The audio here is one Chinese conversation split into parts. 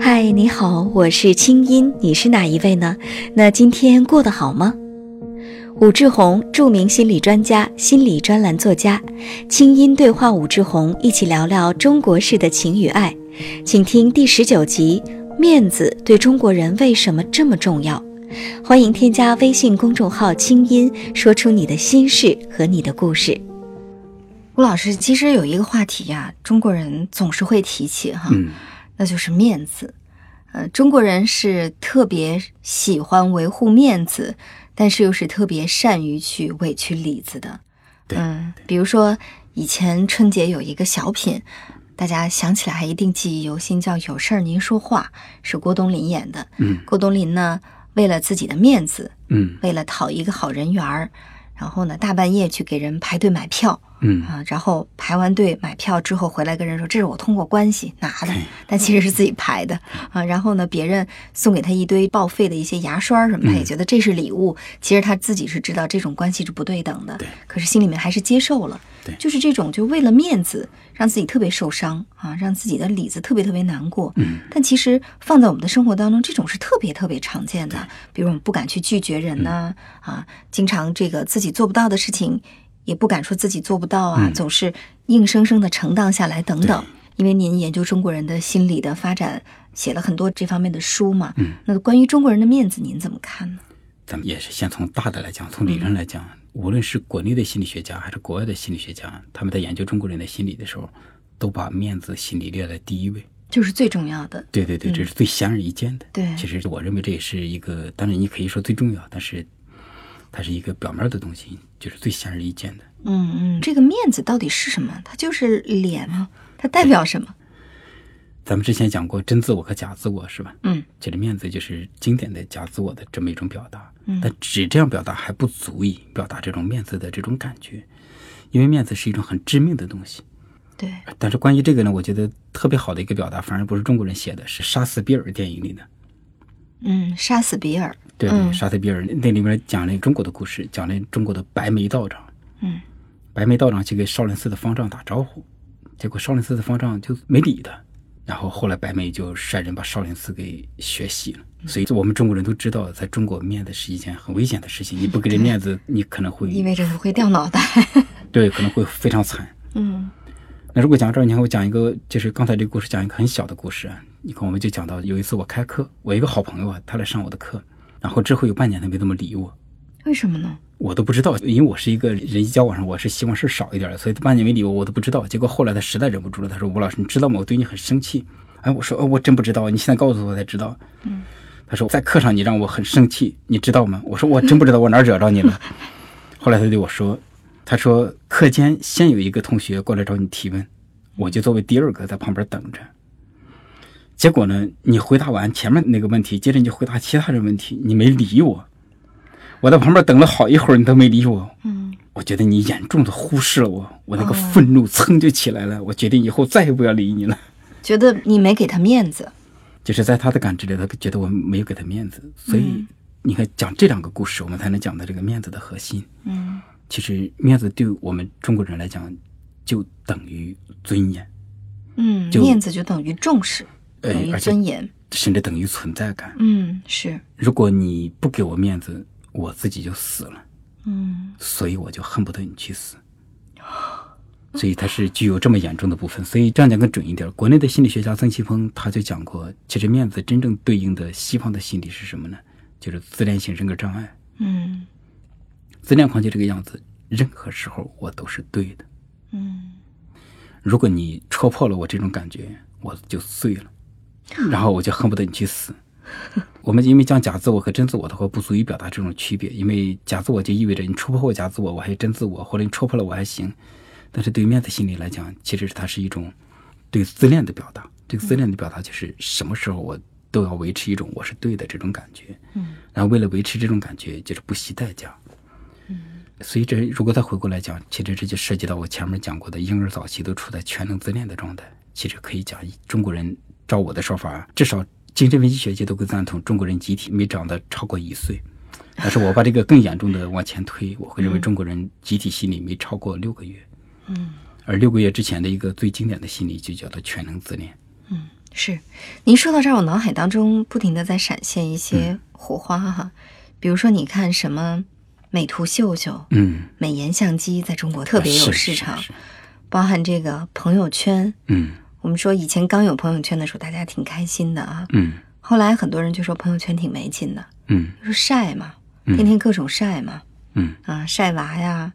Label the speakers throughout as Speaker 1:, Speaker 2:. Speaker 1: 嗨，你好，我是清音，你是哪一位呢？那今天过得好吗？武志红，著名心理专家、心理专栏作家，清音对话武志红，一起聊聊中国式的情与爱，请听第十九集《面子对中国人为什么这么重要》。欢迎添加微信公众号“清音”，说出你的心事和你的故事。
Speaker 2: 吴老师，其实有一个话题呀、中国人总是会提起哈，
Speaker 3: 嗯，
Speaker 2: 那就是面子。呃，中国人是特别喜欢维护面子，但是又是特别善于去委屈里子的。
Speaker 3: 对
Speaker 2: 嗯，比如说以前春节有一个小品，大家想起来还一定记忆犹新，叫《有事儿您说话》，是郭冬临演的。
Speaker 3: 嗯，
Speaker 2: 郭冬临呢，为了自己的面子，
Speaker 3: 嗯
Speaker 2: 为了讨一个好人缘儿，然后呢，大半夜去给人排队买票。
Speaker 3: 嗯
Speaker 2: 啊，然后排完队买票之后回来跟人说这是我通过关系拿的，但其实是自己排
Speaker 3: 嗯
Speaker 2: 的啊。然后呢，别人送给他一堆报废的一些牙刷儿什么，他
Speaker 3: 嗯
Speaker 2: 也觉得这是礼物。其实他自己是知道这种关系是不对等的
Speaker 3: 对，
Speaker 2: 可是心里面还是接受了
Speaker 3: 对。
Speaker 2: 就是这种就为了面子让自己特别受伤啊，让自己的里子特别特别难过。
Speaker 3: 嗯，
Speaker 2: 但其实放在我们的生活当中，这种是特别特别常见的。比如我们不敢去拒绝人呐、啊，
Speaker 3: 嗯
Speaker 2: 经常这个自己做不到的事情，也不敢说自己做不到啊，
Speaker 3: 嗯
Speaker 2: 总是硬生生的承当下来等等。因为您研究中国人的心理的发展，写了很多这方面的书嘛。
Speaker 3: 嗯
Speaker 2: 那关于中国人的面子，您怎么看呢？
Speaker 3: 咱们也是先从大的来讲，从理论来讲，无论是国内的心理学家还是国外的心理学家，他们在研究中国人的心理的时候，都把面子心理列在第一位。
Speaker 2: 就是最重要的，
Speaker 3: 对对对，
Speaker 2: 嗯
Speaker 3: 这是最显而易见的。
Speaker 2: 对
Speaker 3: 其实我认为这也是一个，当然你可以说最重要，但是它是一个表面的东西，就是最显而易见的。
Speaker 2: 嗯嗯，这个面子到底是什么？它就是脸吗？它代表什么？
Speaker 3: 咱们之前讲过真自我和假自我，是吧？
Speaker 2: 嗯
Speaker 3: 这里面子就是经典的假自我的这么一种表达，
Speaker 2: 嗯
Speaker 3: 但只这样表达还不足以表达这种面子的这种感觉，因为面子是一种很致命的东西。
Speaker 2: 对，
Speaker 3: 但是关于这个呢，我觉得特别好的一个表达，反而不是中国人写的，是杀死比尔电影里的。
Speaker 2: 嗯，杀死比尔，
Speaker 3: 对，
Speaker 2: 嗯
Speaker 3: 杀死比尔那里面讲了中国的故事，讲了中国的白眉道长。
Speaker 2: 嗯，
Speaker 3: 白眉道长去给少林寺的方丈打招呼，结果少林寺的方丈就没理他。然后后来白眉就率人把少林寺给学习了。
Speaker 2: 嗯
Speaker 3: 所以我们中国人都知道，在中国面子是一件很危险的事情，你不给人面子，你可能会
Speaker 2: 意味着你会掉脑袋。
Speaker 3: 对可能会非常惨。
Speaker 2: 嗯
Speaker 3: 那如果讲到这儿，你看我讲一个，就是刚才这个故事，讲一个很小的故事啊。你看，我们就讲到有一次我开课，我一个好朋友啊，他来上我的课，然后之后有半年他没怎么理我，
Speaker 2: 为什么呢？
Speaker 3: 我都不知道，因为我是一个人际交往上我是希望事儿少一点的，所以他半年没理我，我都不知道。结果后来他实在忍不住了，他说：“吴老师，你知道吗？我对你很生气。”哎，我说：“哦，我真不知道，你现在告诉我才知道。”
Speaker 2: 嗯，
Speaker 3: 他说：“在课上你让我很生气，你知道吗？”我说：“我真不知道我哪儿惹着你了。”后来他对我说：“他说课间先有一个同学过来找你提问，我就作为第二个在旁边等着。结果呢，你回答完前面那个问题，接着你就回答其他人问题，你没理我。我在旁边等了好一会儿，你都没理我。
Speaker 2: 嗯
Speaker 3: 我觉得你严重的忽视了我，我那个愤怒噌就起来了。我决定以后再也不要理你了。，
Speaker 2: 觉得你没给他面子。
Speaker 3: 就是在他的感知里，他觉得我没有给他面子，所以
Speaker 2: 嗯
Speaker 3: 你看，讲这两个故事，我们才能讲到这个面子的核心。
Speaker 2: 嗯
Speaker 3: 其实面子对我们中国人来讲，就等于尊严，
Speaker 2: 嗯，
Speaker 3: 就
Speaker 2: 面子就等于重视，
Speaker 3: 呃
Speaker 2: 等于
Speaker 3: 而且
Speaker 2: 尊严。
Speaker 3: 甚至等于存在感。
Speaker 2: 嗯，是，
Speaker 3: 如果你不给我面子，我自己就死了，
Speaker 2: 嗯
Speaker 3: 所以我就恨不得你去死。所以它是具有这么严重的部分。所以这样讲更准一点，国内的心理学家曾奇峰他就讲过，其实面子真正对应的西方的心理是什么呢？就是自恋型人格障碍。
Speaker 2: 嗯
Speaker 3: 自恋狂就这个样子，任何时候我都是对的。
Speaker 2: 嗯
Speaker 3: 如果你戳破了我这种感觉，我就碎了，然后我就恨不得你去死。 我们因为讲假自我和真自我的话，不足以表达这种区别，因为假自我就意味着你戳破我假自我，我还真自我，或者你戳破了我还行。但是对于面子心理来讲，其实它是一种对自恋的表达。这个自恋的表达就是什么时候我都要维持一种我是对的这种感觉。
Speaker 2: 嗯，
Speaker 3: 然后为了维持这种感觉，就是不惜代价。所以这如果再回过来讲，其实这就涉及到我前面讲过的婴儿早期都处在全能自恋的状态。其实可以讲，中国人照我的说法，至少精神分析学界都会赞同中国人集体没长得超过一岁。但是我把这个更严重的往前推，我会认为中国人集体心理没超过六个月。
Speaker 2: 嗯
Speaker 3: 而六个月之前的一个最经典的心理就叫做全能自恋。
Speaker 2: 嗯，是，您说到这儿，我脑海当中不停的在闪现一
Speaker 3: 嗯
Speaker 2: 些火花哈，比如说你看什么美图秀秀、
Speaker 3: 嗯，
Speaker 2: 美颜相机，在中国特别有
Speaker 3: 啊是
Speaker 2: 市场，
Speaker 3: 是是
Speaker 2: 包含这个朋友圈。
Speaker 3: 嗯
Speaker 2: 我们说以前刚有朋友圈的时候，大家挺开心的啊，
Speaker 3: 嗯
Speaker 2: 后来很多人就说朋友圈挺没劲的，
Speaker 3: 嗯
Speaker 2: 就是晒嘛，
Speaker 3: 嗯
Speaker 2: 天天各种晒嘛，
Speaker 3: 嗯，
Speaker 2: 啊，晒娃呀，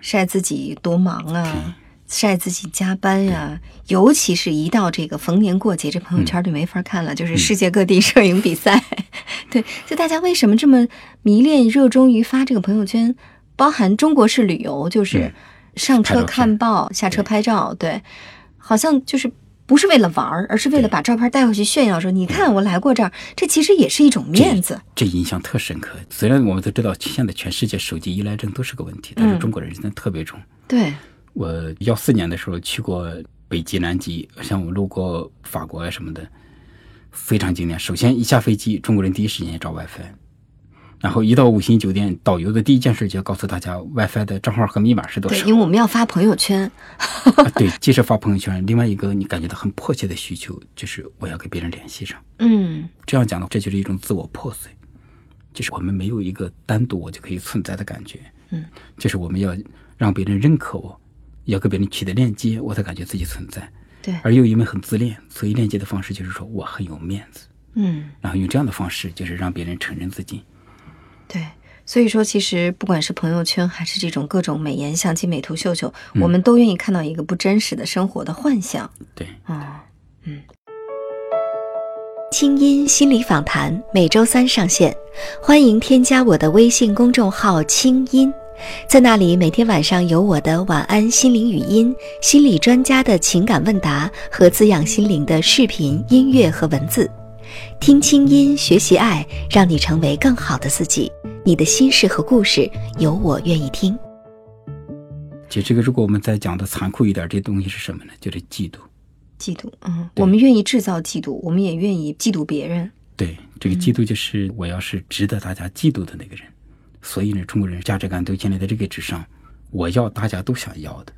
Speaker 2: 晒自己多忙啊，晒自己加班呀，尤其是一到这个逢年过节，这
Speaker 3: 嗯
Speaker 2: 朋友圈就没法看了，就是世界各地 摄影比赛，对，就大家为什么这么迷恋、热衷于发这个朋友圈？包含中国式旅游，就是
Speaker 3: 嗯
Speaker 2: 上
Speaker 3: 拍
Speaker 2: 车
Speaker 3: 照片
Speaker 2: 看报，下车拍照，对，好像就是。不是为了玩儿，而是为了把照片带回去炫耀，说你看我来过这儿，这其实也是一种面子。
Speaker 3: 这印象特深刻。虽然我们都知道现在全世界手机依赖症都是个问题，但是
Speaker 2: 嗯
Speaker 3: 中国人真的特别重。
Speaker 2: 对，
Speaker 3: 我幺四年的时候去过北极、南极，像我路过法国啊什么的，非常惊艳。首先一下飞机，中国人第一时间找 WiFi，然后一到五星酒店，导游的第一件事就告诉大家 WiFi 的账号和密码是多
Speaker 2: 对，
Speaker 3: 少。
Speaker 2: 因为我们要发朋友圈，
Speaker 3: 啊对，既是发朋友圈，另外一个你感觉到很迫切的需求就是我要跟别人联系上。
Speaker 2: 嗯，
Speaker 3: 这样讲呢，这就是一种自我破碎，就是我们没有一个单独我就可以存在的感觉。
Speaker 2: 嗯，
Speaker 3: 就是我们要让别人认可我，要跟别人取得链接，我才感觉自己存在。
Speaker 2: 对，
Speaker 3: 而又因为很自恋，所以链接的方式就是说我很有面子，
Speaker 2: 嗯，
Speaker 3: 然后用这样的方式就是让别人承认自己。
Speaker 2: 对。所以说，其实不管是朋友圈，还是这种各种美颜相机、美图秀秀，我们都愿意看到一个不真实的生活的幻想
Speaker 3: 对，
Speaker 2: 啊、
Speaker 1: 清音心理访谈每周三上线，欢迎添加我的微信公众号“清音”，在那里每天晚上有我的晚安心灵语音、心理专家的情感问答和滋养心灵的视频、音乐和文字。听清音，学习爱，让你成为更好的自己。你的心事和故事，有我愿意听。
Speaker 3: 就这个，如果我们再讲的残酷一点，这东西是什么呢？就是嫉妒。
Speaker 2: 嫉妒。嗯，我们愿意制造嫉妒，我们也愿意嫉妒别人。
Speaker 3: 对，这个嫉妒就是我要是值得大家嫉妒的那个人，所以呢，中国人价值观都建立在这个之上，我要大家都想要的，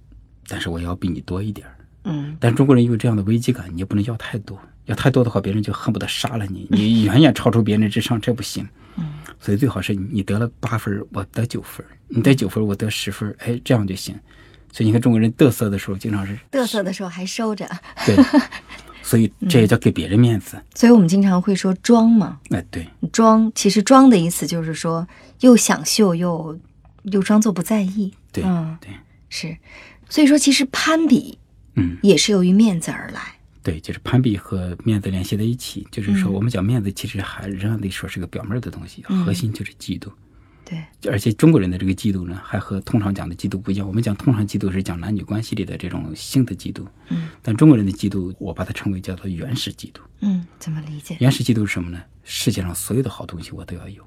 Speaker 3: 但是我要比你多一点儿。
Speaker 2: 嗯，
Speaker 3: 但中国人有这样的危机感，你也不能要太多，要太多的话，别人就恨不得杀了你，你远远超出别人之上，这不行。所以最好是你得了八分儿，我得九分儿；你得九分儿，我得十分儿，哎，这样就行。所以你看，中国人嘚瑟的时候，经常是
Speaker 2: 嘚瑟的时候还收着，
Speaker 3: 对，所以这也叫给别人面子。
Speaker 2: 所以我们经常会说装嘛，
Speaker 3: 哎，对，
Speaker 2: 装。其实装的意思就是说，又想秀又又装作不在意。
Speaker 3: 对，
Speaker 2: 嗯，
Speaker 3: 对，
Speaker 2: 是。所以说，其实攀比
Speaker 3: 嗯。
Speaker 2: 也是由于面子而来。
Speaker 3: 对，就是攀比和面子联系在一起，就是说
Speaker 2: 嗯
Speaker 3: 我们讲面子，其实还仍然得说是个表面的东西，
Speaker 2: 嗯
Speaker 3: 核心就是嫉妒。
Speaker 2: 对，
Speaker 3: 而且中国人的这个嫉妒呢，还和通常讲的嫉妒不一样。我们讲通常嫉妒是讲男女关系里的这种性的嫉妒，
Speaker 2: 嗯，
Speaker 3: 但中国人的嫉妒，我把它称为叫做原始嫉妒。
Speaker 2: 嗯，怎么理解？
Speaker 3: 原始嫉妒是什么呢？世界上所有的好东西我都要有，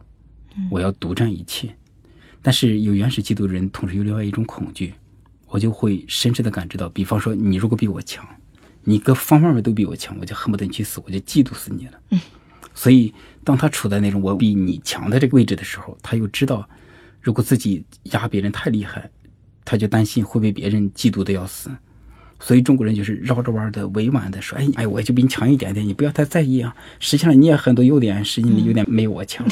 Speaker 3: 我要独占一切。但是有原始嫉妒的人，同时有另外一种恐惧，我就会深深的感知到，比方说你如果比我强，你各方方面面都比我强，我就恨不得你去死，我就嫉妒死你了。所以当他处在那种我比你强的这个位置的时候，他又知道，如果自己压别人太厉害，他就担心会被别人嫉妒的要死。所以中国人就是绕着弯的、委婉的说：“哎，哎，我就比你强一点点，你不要太在意啊。实际上你也很多优点，实际你的优点没有我强。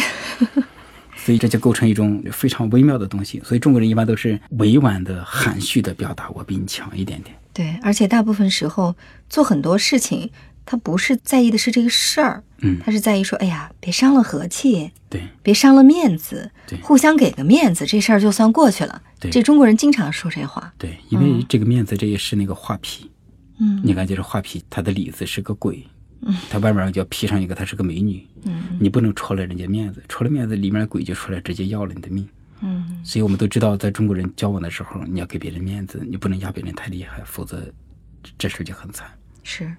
Speaker 3: 所以这就构成一种非常微妙的东西。所以中国人一般都是委婉的、含蓄的表达：“我比你强一点点。
Speaker 2: 对，而且大部分时候做很多事情，他不是在意的是这个事儿，
Speaker 3: 嗯
Speaker 2: 他是在意说，哎呀，别伤了和气，
Speaker 3: 对”
Speaker 2: 别伤了面子
Speaker 3: 对，
Speaker 2: 互相给个面子，这事儿就算过去了。
Speaker 3: 对
Speaker 2: 这中国人经常说这话。
Speaker 3: 对因为这个面子，这也是那个画皮。
Speaker 2: 嗯
Speaker 3: 你看，就是画皮，它的里子是个鬼，它外面就要披上一个，它是个美女。
Speaker 2: 嗯
Speaker 3: 你不能戳了人家面子，戳了面子，里面的鬼就出来，直接要了你的命。
Speaker 2: 嗯，
Speaker 3: 所以我们都知道，在中国人交往的时候，你要给别人面子，你不能压别人太厉害，否则这事儿就很惨。
Speaker 2: 是。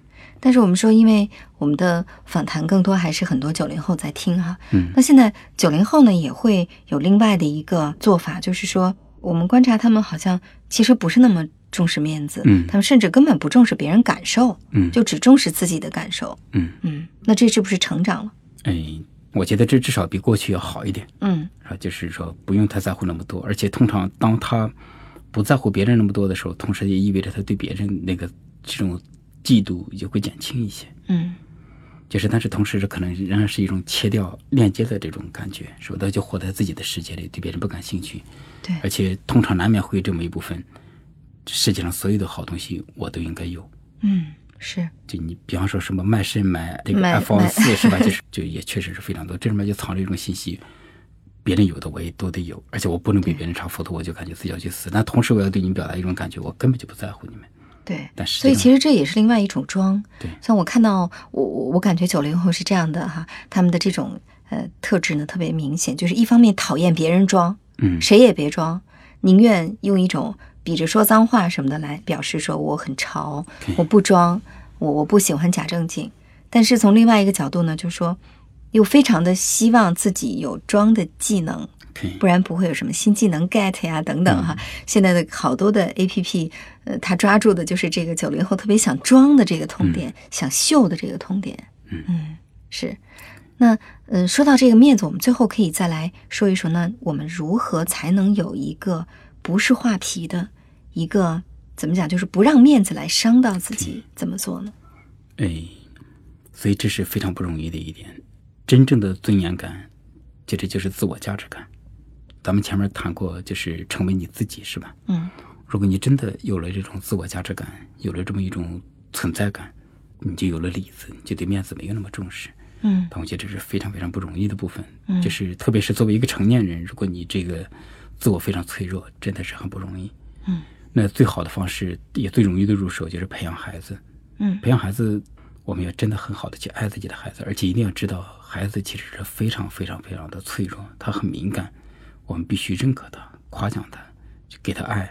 Speaker 2: 但是我们说，因为我们的访谈更多还是很多九零后在听哈、
Speaker 3: 嗯
Speaker 2: 那现在九零后呢也会有另外的一个做法，就是说我们观察他们好像其实不是那么重视面子，
Speaker 3: 嗯
Speaker 2: 他们甚至根本不重视别人感受，
Speaker 3: 嗯
Speaker 2: 就只重视自己的感受，
Speaker 3: 嗯，
Speaker 2: 嗯，那这是不是成长了？
Speaker 3: 哎，我觉得这至少比过去要好一点
Speaker 2: 嗯
Speaker 3: 啊，就是说不用太在乎那么多，而且通常当他不在乎别人那么多的时候，同时也意味着他对别人那个这种嫉妒也会减轻一些。
Speaker 2: 嗯
Speaker 3: 就是，但是同时是可能仍然是一种切掉链接的这种感觉，是吧？他就活在自己的世界里，对别人不感兴趣。
Speaker 2: 对
Speaker 3: 而且通常难免会有这么一部分，世界上所有的好东西我都应该有。
Speaker 2: 嗯是
Speaker 3: 就你比方说什么卖肾买这个
Speaker 2: 卖
Speaker 3: iPhone
Speaker 2: 卖
Speaker 3: 四是吧？就是就也确实是非常多，这里面就藏着一种信息，别人有的我也都得有，而且我不能比别人差，否则我就感觉自己要去死。但同时我要对你们表达一种感觉，我根本就不在乎你们。
Speaker 2: 对。
Speaker 3: 但是
Speaker 2: 所以其实这也是另外一种装。
Speaker 3: 对
Speaker 2: 像我看到我我我感觉九零后是这样的哈，他们的这种呃特质呢特别明显，就是一方面讨厌别人装，
Speaker 3: 嗯
Speaker 2: 谁也别装，宁愿用一种比着说脏话什么的来表示说我很潮，我不装，我我不喜欢假正经。但是从另外一个角度呢，就说又非常的希望自己有装的技能，
Speaker 3: 可以
Speaker 2: 不然不会有什么新技能 get 呀等等哈。现在的好多的 A P P，呃，它抓住的就是这个九零后特别想装的这个痛点，想秀的这个痛点。
Speaker 3: 嗯
Speaker 2: 是。那呃，说到这个面子，我们最后可以再来说一说呢，我们如何才能有一个不是画皮的一个怎么讲，就是不让面子来伤到自己，怎么做呢？
Speaker 3: 哎，所以这是非常不容易的一点。真正的尊严感，其实就是自我价值感。咱们前面谈过，就是成为你自己，是吧？
Speaker 2: 嗯
Speaker 3: 如果你真的有了这种自我价值感，有了这么一种存在感，你就有了里子，你就对面子没有那么重视。
Speaker 2: 嗯
Speaker 3: 但我觉得这是非常非常不容易的部分，
Speaker 2: 嗯
Speaker 3: 就是特别是作为一个成年人，如果你这个自我非常脆弱，真的是很不容易。
Speaker 2: 嗯，
Speaker 3: 那最好的方式也最容易的入手就是培养孩子，
Speaker 2: 嗯
Speaker 3: 培养孩子，我们要真的很好的去爱自己的孩子，而且一定要知道，孩子其实是非常非常非常的脆弱，他很敏感，我们必须认可他，夸奖他，就给他爱，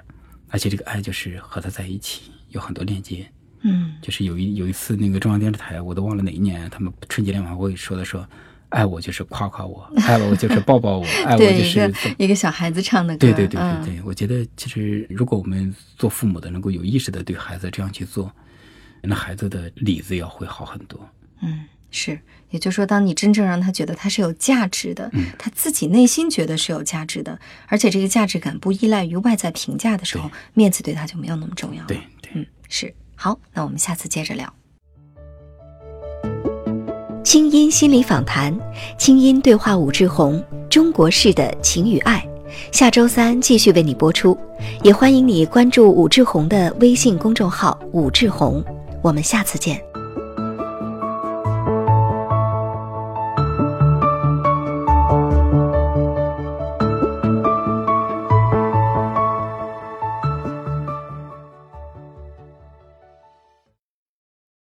Speaker 3: 而且这个爱就是和他在一起有很多链接。
Speaker 2: 嗯
Speaker 3: 就是有一有一次那个中央电视台，我都忘了哪一年，他们春节联欢会说的说，爱我就是夸夸我，爱我就是抱抱我，爱我
Speaker 2: 对，
Speaker 3: 就
Speaker 2: 一
Speaker 3: 是
Speaker 2: 个。一个小孩子唱的歌，
Speaker 3: 对对对对
Speaker 2: 嗯
Speaker 3: 对，我觉得其实如果我们做父母的能够有意识的对孩子这样去做，那孩子的里子要会好很多。
Speaker 2: 嗯，是，也就是说，当你真正让他觉得他是有价值的，
Speaker 3: 嗯
Speaker 2: 他自己内心觉得是有价值的，而且这个价值感不依赖于外在评价的时候
Speaker 3: 对，
Speaker 2: 面子对他就没有那么重要了。
Speaker 3: 对对。
Speaker 2: 嗯，是。好，那我们下次接着聊。
Speaker 1: 清音心理访谈，清音对话武志红，中国式的情与爱，下周三继续为你播出。也欢迎你关注武志红的微信公众号“武志红”，我们下次见。